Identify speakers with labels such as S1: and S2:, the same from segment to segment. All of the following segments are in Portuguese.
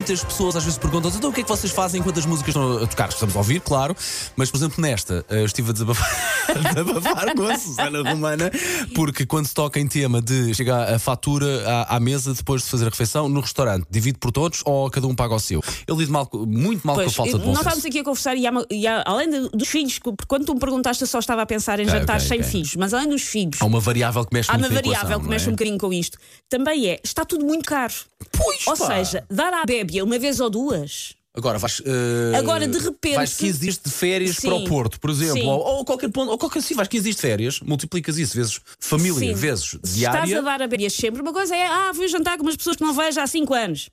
S1: muitas pessoas às vezes perguntam então o que é que vocês fazem enquanto as músicas estão a tocar? Estamos a ouvir, claro, mas por exemplo nesta, eh, eu estive a desabafar, a desabafar com a Susana Romana, porque quando se toca em tema de chegar a fatura à, à mesa depois de fazer a refeição no restaurante, divide por todos ou cada um paga o seu? Eu lido mal, co- muito mal com a
S2: Pois,
S1: falta
S2: eu-
S1: de bom
S2: nós estávamos
S1: senso.
S2: aqui a conversar e, há uma- e há- além de- dos filhos, porque quando tu me perguntaste, eu só estava a pensar em
S1: Ok,
S2: jantares
S1: ok,
S2: sem
S1: ok.
S2: filhos, mas além dos filhos,
S1: Há uma variável que mexe
S2: há
S1: muito
S2: uma
S1: com a equação,
S2: variável que
S1: não é?
S2: mexe um bocadinho com isto. Também é, está tudo muito caro.
S1: Pois,
S2: Ou
S1: pá.
S2: seja, dar à bébia uma vez ou duas.
S1: Agora vais. eh,
S2: Agora, de repente-
S1: Vais 15 dias de férias
S2: Sim.
S1: para o Porto, por exemplo,
S2: Sim.
S1: ou, ou qualquer ponto, ou qualquer. Sim, vais 15 dias de férias, multiplicas isso vezes família,
S2: sim,
S1: vezes
S2: se Estás a
S1: diária.
S2: dar a bébia sempre. Uma coisa é, ah, vou jantar com umas pessoas que não vejo há 5 anos.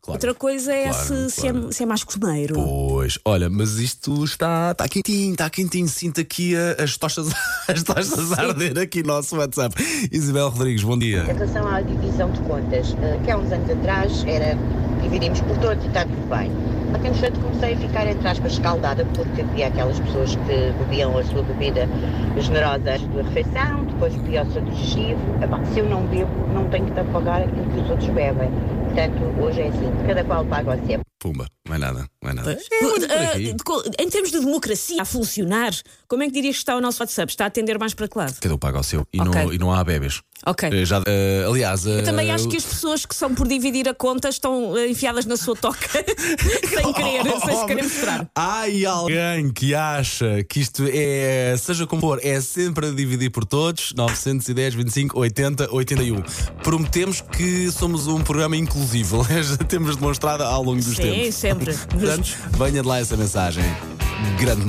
S1: Claro.
S2: Outra coisa é
S1: Claro,
S2: se, se
S1: claro.
S2: é, se é mais comeiro.
S1: Pois, olha, mas isto está, está quentinho, está quentinho. Sinto aqui a- as tochas, as tochas a arder aqui no nosso WhatsApp. Isabel Rodrigues, bom
S3: Em
S1: dia.
S3: relação à divisão de contas, eh, que há uns anos atrás era dividimos por todos e está tudo bem. Há que entretanto comecei a ficar, entre aspas, escaldada, porque havia aquelas pessoas que bebiam a sua bebida generosa antes da refeição, depois bebia o seu digestivo. Epá, se eu não bebo, não tenho que te pagar aquilo que os outros bebem. Portanto, hoje é assim, cada qual paga o seu.
S1: Pumba, mais nada, mais nada.
S2: Pois.
S1: É muito por
S2: Ah,
S1: aqui.
S2: de co- em termos de democracia a funcionar, como é que dirias que está o nosso WhatsApp? Está a atender mais para que lado?
S1: Cada um paga o seu e,
S2: Ok.
S1: não, e não há bebês.
S2: Ok.
S1: Eh, Já, eh, aliás,
S2: Eu também
S1: Eh,
S2: acho que as pessoas que são por dividir a conta estão eh, enfiadas na sua toca
S1: Oh,
S2: sem querer, sem se querer mostrar.
S1: Há aí alguém que acha que isto é, seja como for, é sempre a dividir por todos, 910, 25, 80, 81. Prometemos que somos um programa inclusivo, já temos demonstrado ao longo dos
S2: Sim,
S1: tempos.
S2: sempre.
S1: Portanto, venha de lá essa mensagem. Grande